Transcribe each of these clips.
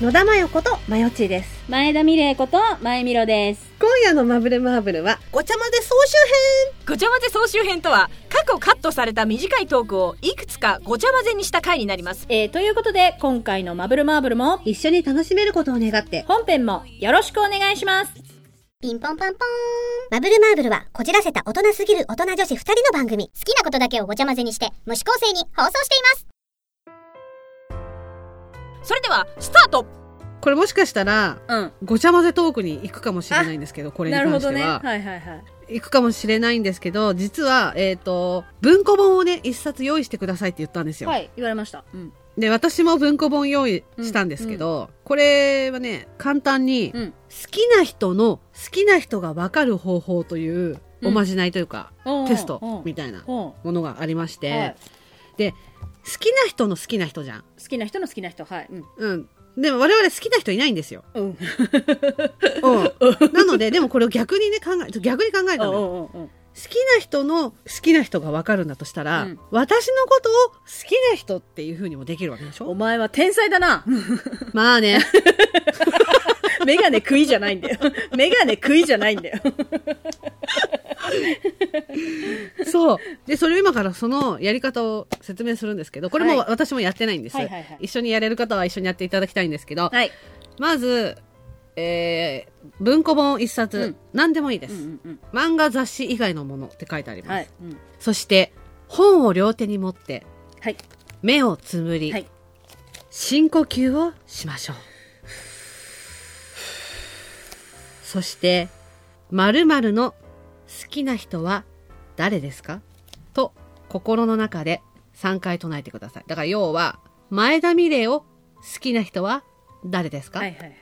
野田真代ことまよちです前田美玲こと前みろです今夜のマブルマーブルはごちゃまぜ総集ごちゃ混ぜ総集編とは過去カットされた短いトークをいくつかごちゃ混ぜにした回になりますえー、ということで今回のマブルマーブルも編一緒に楽しめることを願 って本編もよろしくお願いしますピンポンパンポーン。マブルマーブルは、こじらせた大人すぎる大人女子二人の番組。好きなことだけをごちゃ混ぜにして、無視構成に放送しています。それではスタートこれもしかしたらうんごちゃ混ぜトークに行くかもしれないんですけどこれになるほ関してどは、ねはいはいはい行くかもしれないんですけど実は、えっと文庫本をね一冊用意してくださいって言ったんですよ、はい言われましたうんで私も文庫本用意したんですけど、これはね簡単に、うん好きな人の好きな人が分かる方法といううんおまじないというか、おーテストみたいなおーおものがありまして、ーはいで好きな人の好きな人じゃん好きな人の好きな人はいうんうんでも我々好きな人いないんですよ。うんうん、なのででもこれを逆にね考え逆に考えたおーのよ。おーおー好きな人の好きな人が分かるんだとしたら、うん私のことを好きな人っていうふうにもできるわけでしおょ前は天才だなま あねメガネ食いじゃないんだよメガネ食いじゃないん だよそうでそれを今からそのやり方を説明するんですけどこれもはい私もやってないんです、はいはいはい一緒にやれる方は一緒にやっていただきたいんですけど、はいまず、えー文庫本一冊、うん何でもいいです、うんうん漫画雑誌以外のものって書いてありうんます、はいうんそして本を両手に持ってはい目をつむり、はい深呼吸をしましょうそして〇〇の好きな人は誰ですかと心の中で3回唱えてくださいだから要は前田美玲を好きな人は誰ですか、はいはいっはいはい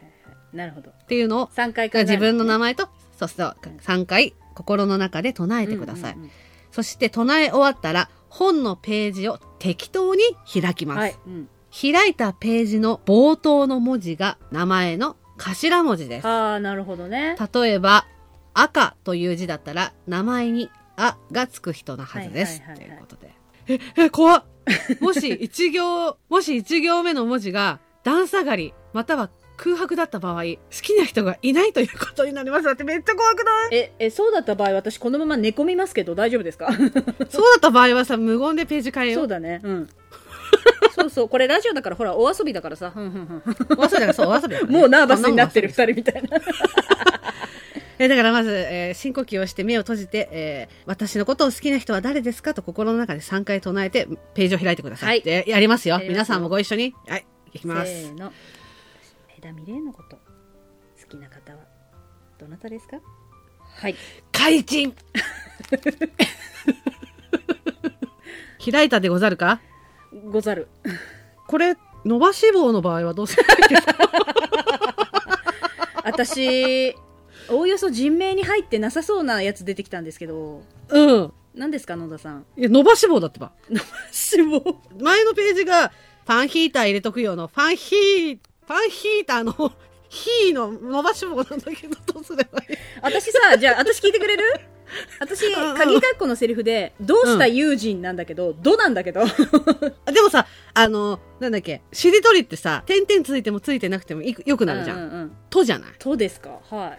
なるほどていうのを三回考える自分の名前とそうそう3回心の中で唱えてください、うんうんうんそして唱え終わったら本のページを適当に開きます、はい、うん、開いたページの冒頭の文字が名前の頭文字です。ああなるほどね例えば、赤という字だったら、名前にあがつく人のはずです。はいはいはいはいということで。え、え、怖っもし一行、もし一行目の文字が段下がり、または空白だった場合、好きな人がいないということになります。だってめっちゃ怖くないええそうだった場合私このまま寝込みますけど大丈夫ですかそうだった場合はさ、無言でページ変えよそうう。だねうんそうそうこれラジオだからほらお遊びだからさ、うんうんうお遊びだから、そう、お遊びだからんねもうナーバスになってる二人みたいなえーだからまず、えー深呼吸をして目を閉じて、えー私のことを好きな人は誰ですかと心の中で3回唱えてページを開いてください。はいでやりますやよりますよ皆さんもご一緒に。はい、いきませすー。の枝美玲のこと好きな方はどなたですかはい解禁開いたでござるかござるこれ、伸ばし棒の場合はどうする 私おおよそ人命に入ってなさそうなやつ出てきたんですけどうん。何ですか野田さんいや、伸ばし棒だってば。死亡前のページが、ファンヒーター入れとくよの、ファンヒー、ファンヒーターの、ヒーの伸ばし棒なんだけど、どうすればいい私さ、じゃあ、私聞いてくれる私、うん鍵括弧のセリフで、どうした友人なんだけど、どなんだけど。あでもさ、あの、なんだっけ、しりとりってさ、点々ついてもついてなくてもいくよくなるじゃん。うううんとじゃないとですかはい。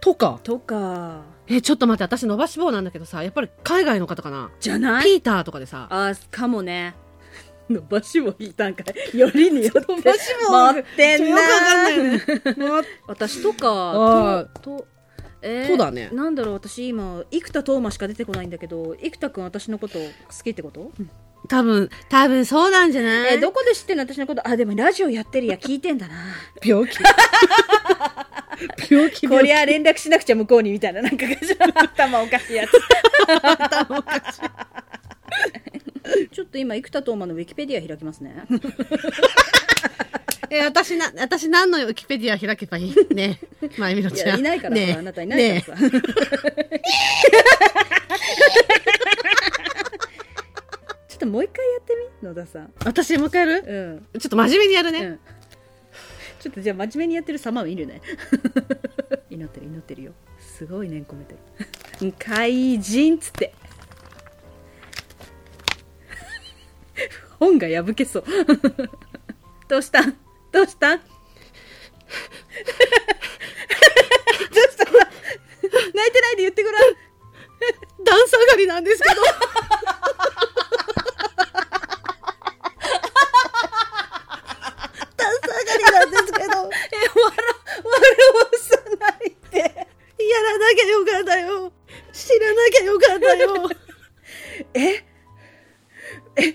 とか。とか、え、ちょっと待って、私伸ばし棒なんだけどさ、やっぱり海外の方かな。じゃないピーターとかでさ、あ、かもね。 伸ばし棒引いたんかい。よりによって。伸ばし棒持ってちょんよくわかんないよなね。もう 私とあか、と、と、えとだねなんだろう、私今、生田斗真しか出てこないんだけど、生田くん私のこと好きってこと多分、多分そうなんじゃないえーどこで知ってんの私のことあ、でもラジオやってるや、聞いてん だな。病気。 病気こ病りゃ連絡しなくちゃ向こうにみたいななんか頭おかしいや つ ちょっと今生田斗真のウィキペディア開きますね気。え、私な、私何のウィキペディア開けばいいねえ。まゆみろいちゃやん。いないから、ねえほらあなたいないねかえらさ、 ちょっともう一回やってみ野田さん私もう一回やるうん、ちょっと真面目にやるね。うんちょっとじゃあ真面目にやってる様を見るね 祈ってる祈ってるよすごい念込めてる怪人っつって 本が破けそう どうしたんどうしたん なんですけど。ダンサー狩りなんですけど、やらなえ、笑、笑わさないで。きゃよかったよ。知らなきゃよかったよ。 ええ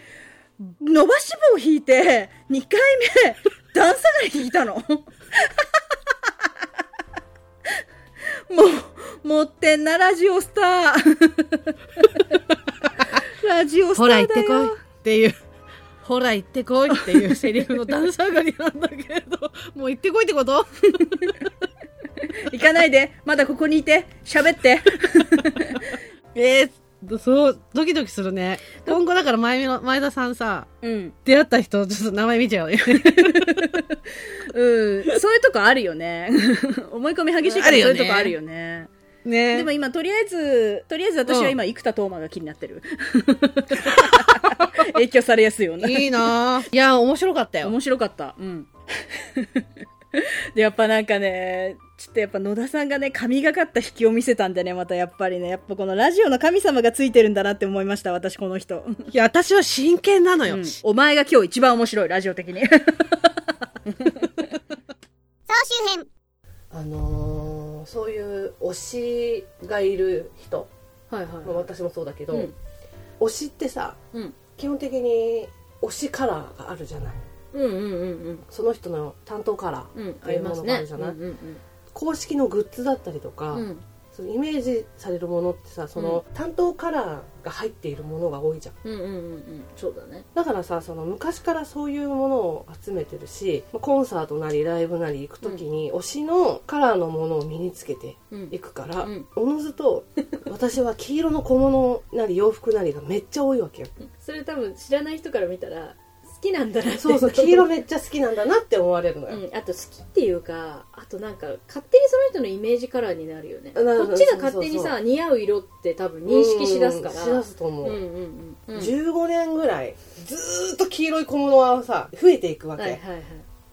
伸ばし棒引いて2回目段差が引いたの もう持ってんなラジオスター ラジオスターほだらよ行ってこいっていう。ほら行ってこいっていうセリフの段差上がりなんだけど、 もう行ってこいってこと行かないでまだここにいて喋って えー、そう、ドキドキするね。今後だから前の前田さんさ、うん、出会った人、ちょっと名前見ちゃうよ。うん、そういうとこあるよね 思い込み激しいかあらるそうよいねうとこあるよね ねでも今とりあえずとりあえず私は今生田斗真が気になってる 影響されやすいようないいなぁ。いや、面白かったよ。面白かったうんでやっぱなんかねちょっとやっぱ野田さんがね神がかった引きを見せたんでねまたやっぱりねやっぱこのラジオの神様がついてるんだなって思いました私この人、いや、私は真剣なのよ。お前が今日一番面白いラジオ的に総集編あのーそういう推しがいる人、はいまあ、私もそうだけど、うん推しってさ、うん基本的に推しカラーがあるじゃないうんうんうんその人の担当カラうん。うんーっていうものがあるじゃない、うんうん公式のグッズだったりとか、うんそのイメージされるものってさその担当カラーが入っているものが多いじゃんうんうんうんうん。そうだね。だからさその昔からそういうものを集めてるしまあコンサートなりライブなり行く時に推しのカラーのものを身につけてうんいくから、うんおの ずと私は黄色の小物なり洋服なりがめっちゃ多いわけよそれ多分知らない人から見たら好きなんだなってそうそう黄色めっちゃ好きなんだなって思われるのうよ、ん、あと好きっていうかあとなんか勝手にその人のイメージカラーになるよねなるほどこっちが勝手にそうそうさ似合う色って多分認識しだすからうんしだすと思う、うんうんうんうん15年ぐらいずーっと黄色い小物はさ増えていくわけ、はいはいはい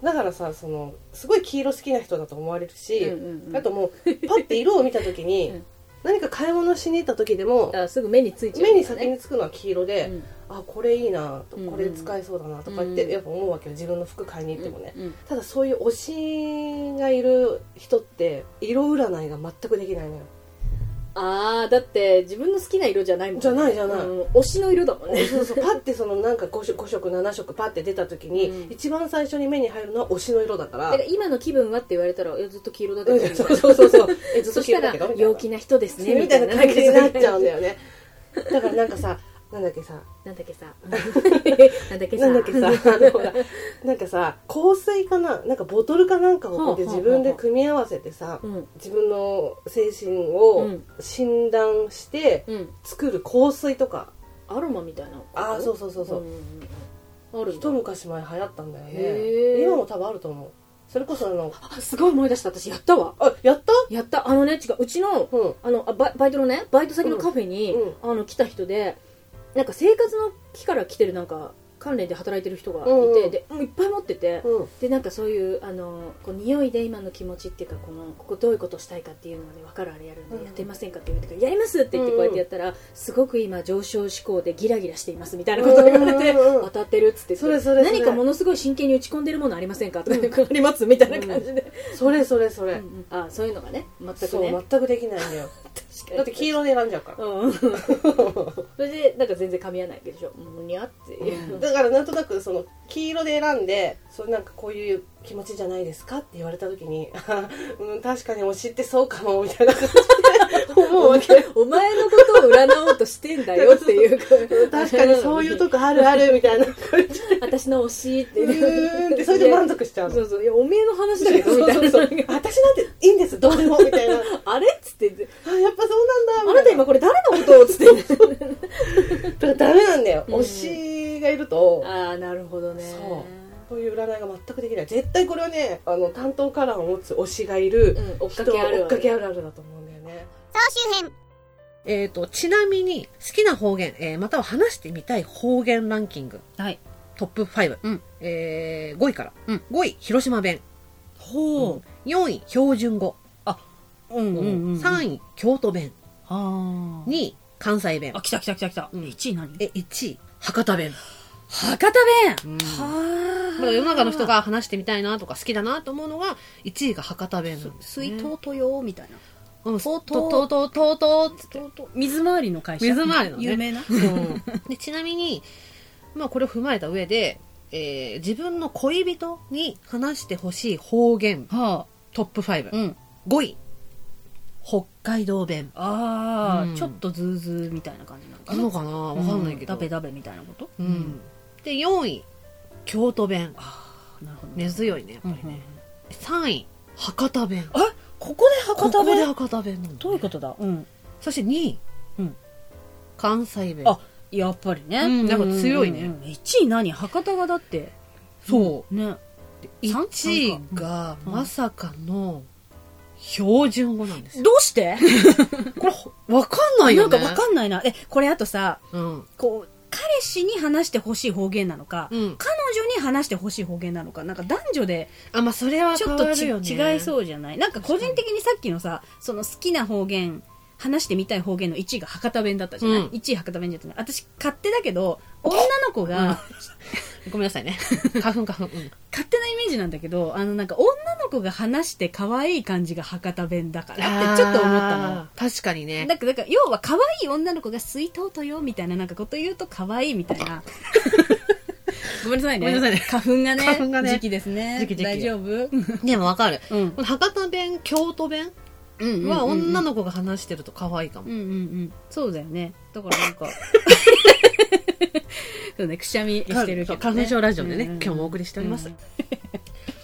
だからさそのすごい黄色好きな人だと思われるし、うんうんうんあともうパッて色を見た時 に、うん何か買い物しに行った時でもあすぐ目についちゃう目にんだ先ねにつくのは黄色で、うんあこれいいなとうんうんこれ使えそうだなとか言って、うんやっぱ思うわけよ自分の服買いに行ってもね、うんうんただそういう推しがいる人って色占いが全くできないのよああだって自分の好きな色じゃないもんねじゃないじゃないうん推しの色だもんねそうそうパッてそのなんか5色 ,5 色7色パッて出た時に、うん一番最初に目に入るのは推しの色だからだから今の気分はって言われたらいやずっと黄色だけうどんそうそうそうそう えずっそとし黄たら色だけどみたいな陽気な人ですねみみたたいいなな感じになっちゃうんだよねだからなんかさなんだっけさなんだっけ さなんだっけさなんだっけさあのほらなんかさ香水かななんかボトルかなんかをこうやって自分で組み合わせてさうん自分の精神うをん診断してうん作る香水とかアロマみたいなああそうそうそうそんうんうんあるんだ一昔前流行ったんだよへねー今も多分あると思うそれこそあのあすごい思い出した私やったわあやったやったあのね違ううちのうんあのあバイバイトのねバイト先のカフェに、うんあの来た人でなんか生活の木から来てるなんか関連で働いてる人がいて、うんうんでもういっぱい持ってて、うんでなんかそういうあのこう匂いで今の気持ちっていうかこのここどういうことしたいかっていうのがね分かるあれやるんで、うんやってませんかって言われてから「やります!」って言ってうんこうやってやったら、すごく今上昇志向でギラギラしていますみたいなことを言われて、うんうんうん当たってるっつってそれそれそれ何かものすごい真剣に打ち込んでるものありませんかとか、ありますみたいな感じで、それそれそれあそういうのがね全くそねう全くできないんだよだって黄色で選んじゃうからうんそれでなんか全然噛み合わないわけでしょむにゃっていう、だからなんとなくその黄色で選んでそれなんかこういう気持ちじゃないですかって言われた時に 「うん確かに推しってそうかも」みたいな感じで思うわけお前のことを占おうとして んだよっていう確かにそういうとこあるあるみたいな感じで私の推しってうーんってそれで満足しちゃうそのうそういやおめえの話だけどそみうたいそうなそ う私なんていいんですどうでもみたいなあれっつってあやっぱそうなあんだなみたたいな今これ誰のことをっつって だからダメなんだようん推しがいるとああなるほどねそこういう占いが全くできない絶対これはねあの担当カラーを持つ推しがいるうん追っか人けあはる追っわかけあるあるだと思うんだよね総集編えっ、と、ちなみに、好きな方言、えーまたは話してみたい方言ランキング。はい。トップ5。うんえー、5位から。うん5位、広島弁。ほう。 4位、標準語。うんうんうん。 3位、京都弁。あー2位、関西弁あ、来た来た来た来た。うん1位何え1位博多弁博多弁うんまだ世の中の人が話してみたいなとか好きだなと思うのが1位が博多弁なんです、ね、水筒とよみたいなうんとう筒とうとうとうとうっつって水回りの会社水回りのね有名な でちなみに、まあ、これを踏まえた上で、えー自分の恋人に話してほしい方言はトップ5、あうん5位北海道弁ああ、うんちょっとズーズーみたいな感じなのかななのかなわかんないけど、うんダベダベみたいなことうんで4位京都弁なるほどね根強いねやっぱりね、3位博多弁えここで博多ここで弁博多弁なんだねどういうことだうんそして2位、うん関西弁あやっぱりね、うんなんか強いねうんうんうん1位何博多がだってそうね三1位がまさかの標準語なんですよ。どうしてこれ、わかんないなよんかね。わかんないなえこれあとさうん。こう彼氏に話してほしい方言なのか、うん。彼女に話してほしい方言なのかなんか男女であ、まあ、それはち変ょわっるとちよね。違いそうじゃないなんか個人的にさっきのさその好きな方言話してみたい方言の1位が博多弁だったじゃない、うん1位博多弁じゃない私勝手だけど女の子が、ごめんな さいね。花粉花粉。うん勝手なイメージなんだけどあのなんか女の子が話して可愛い感じが博多弁だからってちょっと思ったのあー。確かにね。なんかだから要は可愛い女の子が水筒とよみたいななんかこと言うと可愛いみたい なごめんなさいねごめんなさいね花粉がね花粉がね時期ですね時期時期大丈夫、でもわかる。うんこの博多弁、京都弁うんは女のの子が話してると可愛いかうも。んうんうんそうだよねだからなんか そうねくしゃみしてるけど、ね、花粉症ラジオでね、うんうん今日もお送りしております。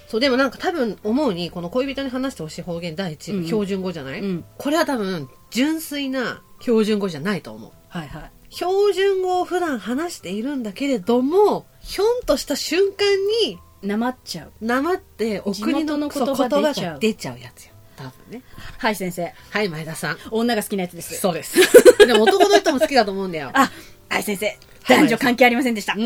そう、でもなんか多分思うに、この恋人に話してほしい方言第一うんう位、ん標準語じゃない、うんこれは多分、純粋な標準語じゃないと思う。はいはい標準語を普段話しているんだけれども、ひょんとした瞬間に、なまっちゃうなまってお国の地元の言葉そう出ちゃうが出ちゃうやつよ。多分ね。はい先生はい、前田さん。女が好きなやつですそうです。 でも男の人も好きだと思うんだよ。あはい先生男女関係ありませんでした、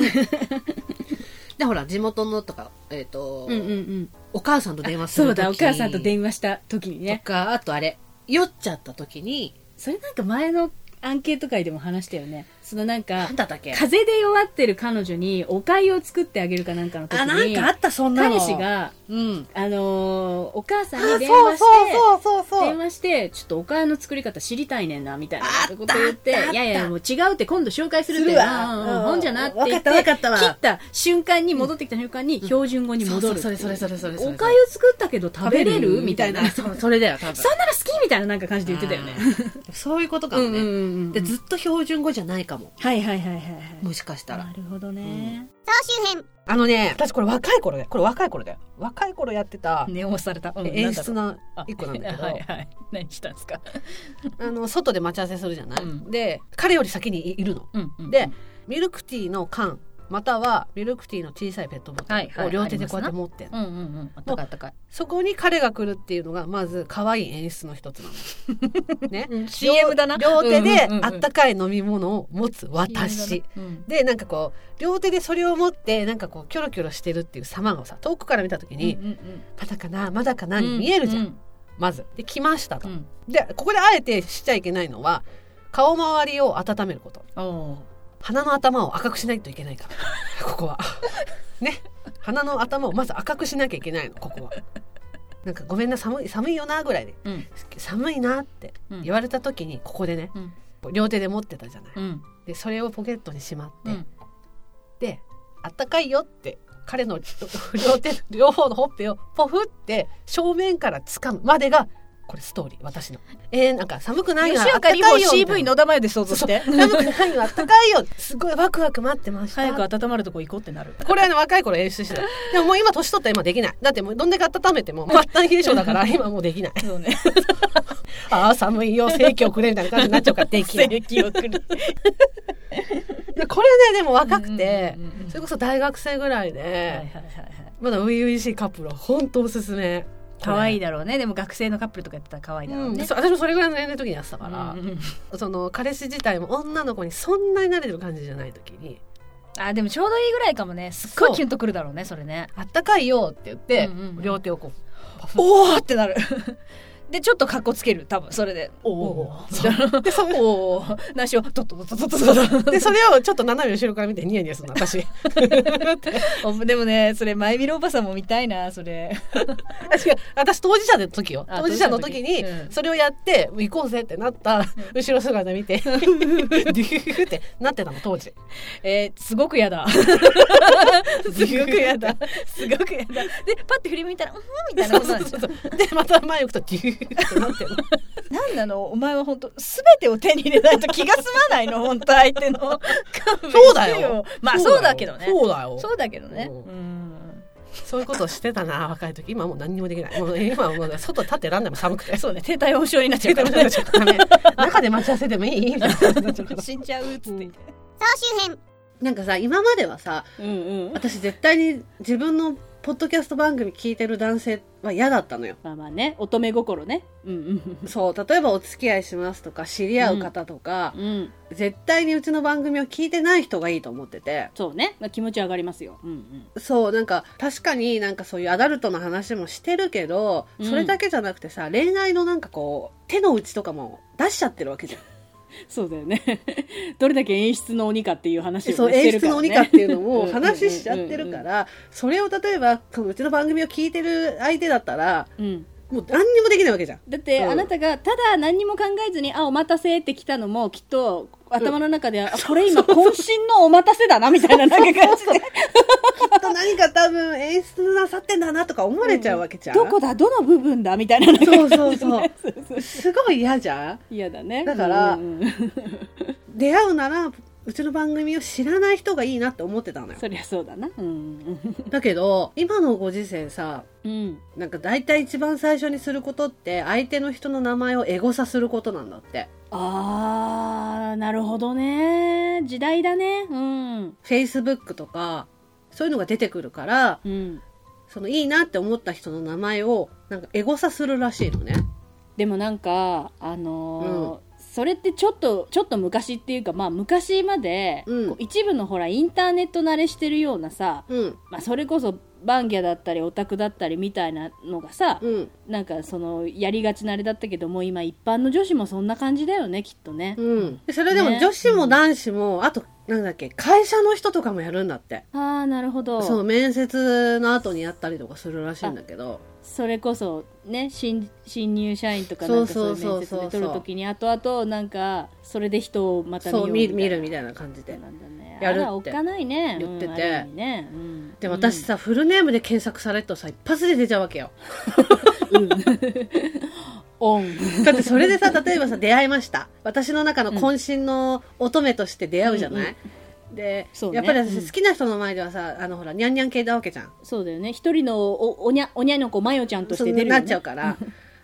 で、ほら、地元のとか、えっ、と、うんうんうんお母さんと電話するそう時だお母さんと電話した時にとねか、あとあれ、酔っちゃった時に、それなんか前のアンケート会でも話したよねそのなんかなんだったっけ風邪で弱ってる彼女にお粥を作ってあげるかなんかの時にあ、なんかあった、そんな彼の。氏。がうん。あのーお母さんあ、に電そう話してそうそうそう電そう。話してちょっとお粥の作り方知りたいねんなみたいなあったこと言ってあったあったいやいやもう違うって今度紹介するってするわうんうんうんうんほんじゃなって言ってわかったわかった切わった瞬間に戻ってきた瞬間に標準語に戻るそうそうそれそれそれそれそれお粥作ったけど食べれるみたいなそうそれだよ、多分。そんなの好きみたいななんか感じで言ってたよね。あー。そういうことかもね。んで、ずっと標準語じゃないかも。はいはいはいはいもしかしたはい。らな。るほどね。総集編あのね、私これ若い頃だよこれ若い頃だよ若い頃やってた念をされた。うん演出。ななんだろう一個なんだけど、はいはい。何したんですか。あの、外で待ち合わせするじゃない、うんで、彼より先にいるの。うんうんで、ミルクティーの缶、またはミルクティーの小さいペットボトはいはルいを両手でこうやって持ってんの、うんうんうん。あったかいあったかい。そこに彼が来るっていうのが、まず可愛い演出の一つな の。ね。 CM だな両両手でうんうんうんうんあったかい飲み物を持つ私。うん。でなんかこう両手でそれを持ってなんかこうキョロキョロしてるっていう様がさ遠くから見た時に、まだかなまだかなに見えるじゃん、うんまずで来ましたと、うんでここであえてしちゃいけないのは顔周りを温めることおー鼻の頭を赤くしないといけないから ここはね鼻の頭をまず赤くしなきゃいけないのここはなんかごめんな寒い寒いよなぐらいで、うん寒いなってうん言われた時にここでね、うん両手で持ってたじゃない、うん。でそれをポケットにしまって、うんで「あったかいよ」って彼の両手 両方のほっぺをポフって正面から掴むまでがこれストーリー私のえー、なんか寒くないよ吉岡里帆を CV の野田真由で想像して。寒くないよあったかいよすごいワクワク待ってました早く温まるとこ行こうってなる。これはね若い頃演出してたでももう今年取ったら今できないだってもうどんだけ温めても末端冷え性だから今もうできないそうね。 ああ寒いよ正気をくれみたいな感じになっちゃ うからできない正気を くれ。でこれねでも若くて、うんうんうんうんそれこそ大学生ぐらいで、はいはいはいはい。まだ初々しいカップルは本当おすすめ可愛いだだろうね。でも学生のカップルとかやってたら可愛いだろう、うんでね。そ私もそれぐらいの年齢の時にやってたから、うんうんその彼氏自体も女の子にそんなに慣れてる感じじゃない時にあ、でもちょうどいいぐらいかもね。すっごいキュンとくるだろうね、それね。「あったかいよ」って言って、うんうんうん 両手をこうおーってなる。でちょっとかっこつける多分それでおお そうでそおお何しようとっとっとっとっとっとっ でそれをちょっと斜め後ろから見てニヤニヤするの私 とでもねそれ前見るおばさんも見たいなそれあ違う私当事者の時よあ当事者の時に当事者の時うんそれをやって行こうぜってなった後ろ姿見てデュフフってなってたの当 時えー、すごく やだすごくやだすごくやだでパッて振り向いたら「うん」みたいなそうことなんそうですそようそうでまた前行くとデュフフってなってるのなんなのお前は本当すべてを手に入れないと気が済まな いの本当相手のそうだよ まあそうだけどねそうだよそうだけどねうんうんそういうことをしてたな 若い時今もう何にもできないもう今はもう外立ってらんでも寒くてそうね低体温症になっちゃ携うか帯もならねっちゃうからね中で待ち合わせでもい いみたいななっちゃうから死んじゃうっつって総集編なんかさ今まではさうんうん私絶対に自分のポッドキャスト番組聞いてる男性は嫌だったのよまあまあね乙女心ねうんそう例えばお付き合いしますとか知り合う方とかうん、うん絶対にうちの番組を聞いてない人がいいと思っててそうねまあ気持ち上がりますようんうんそうなんか確かになんかそういうアダルトの話もしてるけど、うんそれだけじゃなくてさ恋愛のなんかこう手の内とかも出しちゃってるわけじゃん、そうだよね どれだけ演出の鬼かっていう話そをうねしてる演出からのね鬼かっていうのんんもん話しちゃってるからそれを例えばそのうちの番組を聞いてる相手だったらうんもう何にもできないわけじゃんだって、うんあなたがただ何にも考えずに「あお待たせ」って来たのもきっと頭の中で「あこれ今渾身のお待たせだな」みたいななんか感じできっと何か多分演出なさってんだなとか思われちゃうわけじゃ「ん、どこだどの部分だ」みたいななんかそうそうそうそうそう すごい嫌じゃん嫌だねだからうんうん出会うならうちの番組を知らない人がいいなって思ってたのよそりゃそうだなうんだけど今のご時世さうんなんか大体一番最初にすることって相手の人の名前をエゴサすることなんだってあーなるほどね時代だねうん、 Facebook とかそういうのが出てくるからうん、そのいいなって思った人の名前をなんかエゴサするらしいのねでもなんかあのーそれってちょっとちょっと昔っていうかまあ昔まで、うんこう一部のほらインターネット慣れしてるようなさ、うんまあ、それこそバンギャだったりオタクだったりみたいなのがさ、うんなんかそのやりがちなあれだったけどもう今一般の女子もそんな感じだよねきっとね、うんでそれでもね女子も男子もあとなんだっけ会社の人とかもやるんだってああなるほどそう面接の後にやったりとかするらしいんだけどそれこそね新新入社員とかなんかそそうういうそう面接そうそでう取るときに後々なんかそれで人をまた見よそううみた見るいな見るみたいな感じでそうなんだねやるっあてらおっかないね言っててうんある意味ねうんで私さ、フルネームで検索されるとさ一発で出ちゃうわけよオンだってそれでさ例えばさ出会いました私の中の渾身の乙女として出会うじゃない、で、そうねやっぱりうん私好きな人の前ではさ、あのほらニャンニャン系だわけじゃんそうだよね一人のおおにゃおにゃの子マヨちゃんとしそてう出るよ、なね、っちゃうから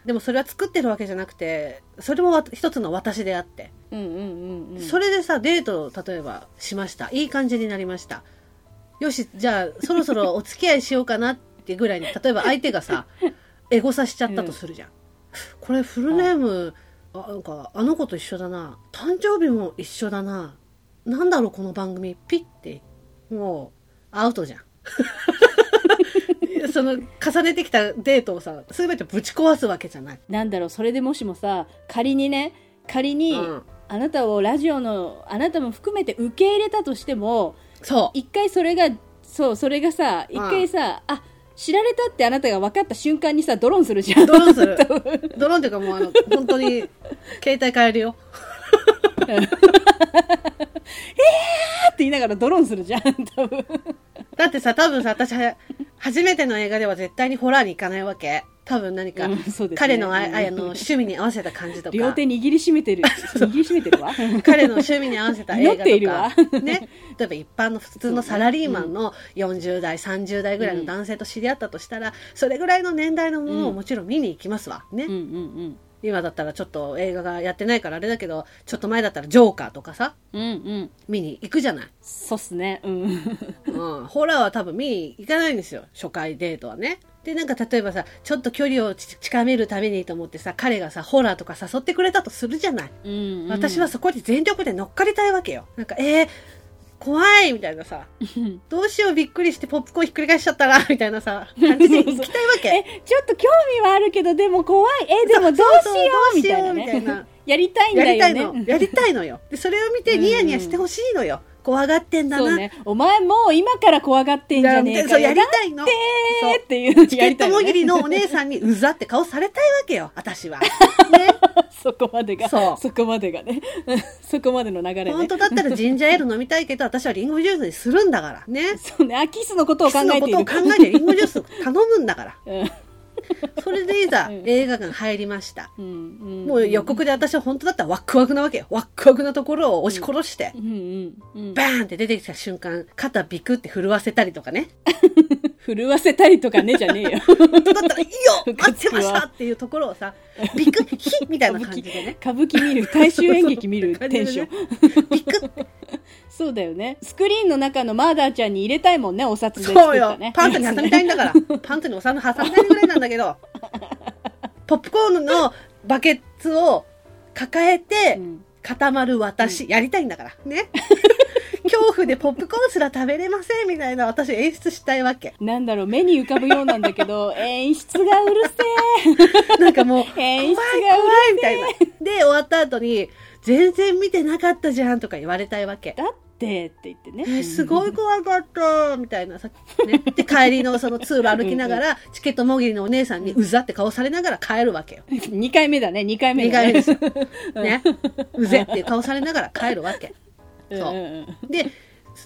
でもそれは作ってるわけじゃなくてそれもわ一つの私であって、うんうんうんうんそれでさデートを例えばしましたいい感じになりましたよしじゃあそろそろお付き合いしようかなってぐらいに例えば相手 がさエゴサしちゃったとするじゃん、これフルネームあなんかあの子と一緒だな誕生日も一緒だななんだろうこの番組ピッてもうアウトじ ゃんいやその重ねてきたデートをさ全てぶち壊すわけじゃない、なんだろうそれでもしもさ仮にね仮うに、ん、あなたをラジオのあなたも含めて受け入れたとしてもそう一回それがそうそれがさ一うん回さ、あ知られたってあなたが分かった瞬間にさドローンするじゃんドローン するドローンっていうかもうあの本当に携帯変えるよって言いながらドローンするじゃん多分だってさ多分さ私は初めての映画では絶対にホラーに行かないわけ多分何か、うんそうですね彼のあうんあの趣味に合わせた感じとか両手握りしめ てる握りしめてるわ彼の趣味に合わせた映画と祈かっているわね、例えば一般の普通のサラリーマンの40代30代ぐらいの男性と知り合ったとしたら、それぐらいの年代のものをもちろん見に行きますわね、 うんうん今だったらちょっと映画がやってないからあれだけどちょっと前だったら「ジョーカー」とかさうんうんうん見に行くじ ゃない、そうっすねうんうん、ホラーは多分見に行かないんですよ初回デートはねでなんか例えばさちょっと距離をち近めるためにと思ってさ彼がさホラーとか誘ってくれたとするじゃないうんうん私はそこに全力で乗っかりたいわけよ。なんか、えー怖いみたいな さ、どうしようびっくりしてポップコーンひっくり返しちゃったら、みたいな さ、感じで行きたいわけ。ちょっと興味はあるけどでも怖いえでもどうしようみたいなどうしようみたいねな やりたいんやだりたいよのね。やりたいのよ。で、それを見てニヤニヤしてほしいのよ。怖がってんだそな。うねお前もう今から怖がってんじゃねえそかうやよりたいの。 えーっていうチケットもぎりのお姉さんにう ざって顔されたいわけよ、私は。ね。 そこまでが、そうこまでがね、 そこまでの流れね。本当だったらジンジャーエール飲みたいけど、私はリンゴジュースにするんだから。ね。そうね、あキスのことをキ考スのえこていとるを。考えてリンゴジュース頼むんだから。 それでいざうん映画館入りました。うん、うん、んもう予、告で私は本当だったらワックワクなわけよ。ワックワクなところを押し殺してう、んうんうん、バーンって出てきた瞬間、肩ビクって震わせたりとか ね。震わせたりとかねじゃねえよ。本当だったら、いいよムカ待っつてくまわしたっていうところをさ、ビクッ、ヒッみたいな感じで ね。歌舞伎見る、大衆演劇見る そうそうテンション。ビクッそうだよね。スクリーンの中のマーダーちゃんに入れたいもんね、お札で作っそうたよね。。パンツに挟みたいんだ から。パンツにお皿挟みたいぐらいなんだけど、ポップコーンのバケツを抱えてうん固まる私、やりたいんだから。 ね。恐怖でポップコーンすら食べれませんみたいな私演出したいわけ。なんだろう、目に浮かぶようなんだけど、 演出がうるせなんかもう、え。怖 演い出怖がうるいみたいな。で、終わった後に、全然見てなかったじゃんとか言われたいわけ。だって、って言ってね。えーすごい怖かったみたいなさ、 ね、で帰りのその通路歩きながらチケットもぎりのお姉さんにうざって顔されながら帰るわけよ。 2回目だね、2回目2だ回目ね。ですよ。ね。うぜっていう顔されながら帰るわけ。うんそううんで、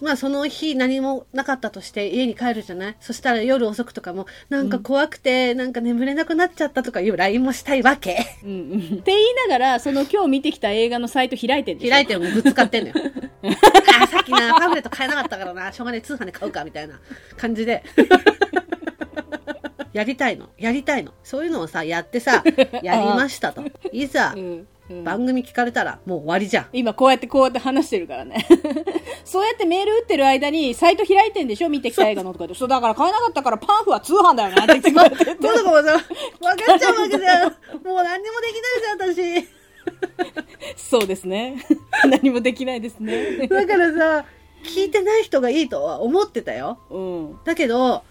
まあその日何もなかったとして家に帰るじゃないそしたら夜遅くとかもなんか怖くてなんか眠れなくなっちゃったとかいう LINE もしたいわけ。うんうんって言いながら、その今日見てきた映画のサイト開いてるでしょ開いてるのぶつかってんのよ。 あーさっきな、パンフレット買えなかったからな、しょうがねえ通販で買うか、みたいな感じで。やりたいの、やりたいの。そういうのをさ、やってさ、やりましたと。いざう、んうん番組聞かれたら、もう終わりじゃん。今こうやってこうやって話してるからね。 そうやってメール打ってる間に、サイト開いてんでしょ見てきた映画のとかで。そう、だから買えなかったからパンフは通販だよなって言ってどうぞこうぞ。わかっちゃうわけじゃん。もう何にもできないじゃん、私。そうですね。 何もできないですね。だからさ、聞いてない人がいいとは思ってたよ。うん。だけど、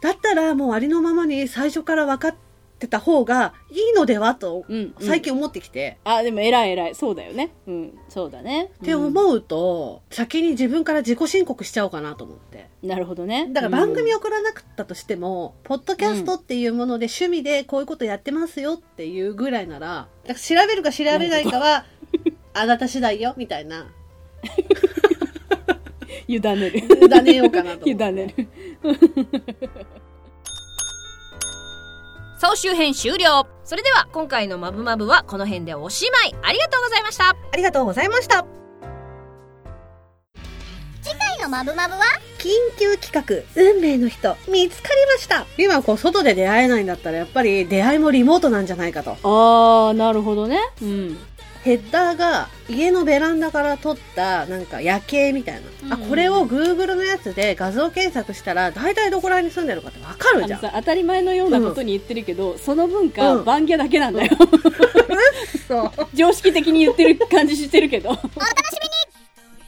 だったらもうありのままに最初から分かってた方がいいのではとうん、最近思ってきて。あ、でも偉い偉い。そうだよね。うん。そうだね。って思うと、先に自分から自己申告しちゃおうかなと思って。うんなるほどね。だから番組を、送らなかったとしても、ポッドキャストっていうもので趣味でこういうことやってますよっていうぐらいなら、だから調べるか調べないかは、あなた次第よ、みたいな。委 ねる。委ねようかなと思って委ねる。総集編終了それでは今回の「まぶまぶ」はこの辺でおしまいありがとうございました ありがとうございました。回のマブマブは緊急企画、運命の人、見つかりました。今こう、外で出会えないんだったら、やっぱり出会いもリモートなんじゃないかと。あー、なるほどね。うん。ヘッダーが家のベランダから撮ったなんか夜景みたいな、うんあこれを Google のやつで画像検索したら大体どこら辺に住んでるかってわかるあじゃのんさ当たり前のようなことに言ってるけど、その文化、うん番屋だけなんだよ、そう 常識的に言ってる感じしてるけど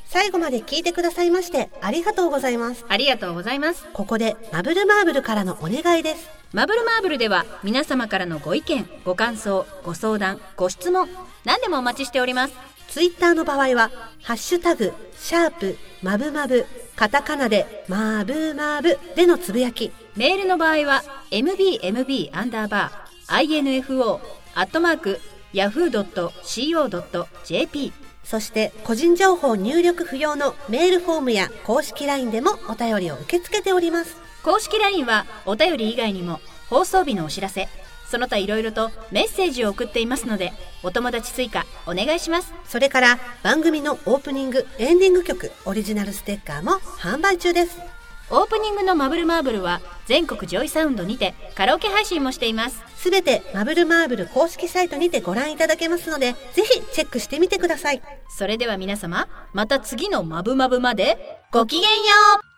最後まで聞いてくださいましてありがとうございますありがとうございますここでマブルマーブルからのお願いですマブルマーブルでは皆様からのご意見ご感想ご相談ご質問何でもお待ちしておりますツイッターの場合は「ハッシュタグシャープマブマブ」カタカナで「マブマブ」でのつぶやきメールの場合は mbmb アンダーバー info アットマーク yahoo.co.jp そして個人情報入力不要のメールフォームや公式 LINE でもお便りを受け付けております公式 LINE はお便り以外にも放送日のお知らせその他いろいろとメッセージを送っていますのでお友達追加お願いしますそれから番組のオープニング、エンディング曲、オリジナルステッカーも販売中です。オープニングの「マブルマーブル」は全国ジョイサウンドにてカラオケ配信もしていますすべてマブルマーブル公式サイトにてご覧いただけますので、ぜひチェックしてみてください。それでは皆様また次の「マブマブ」までごきげんよう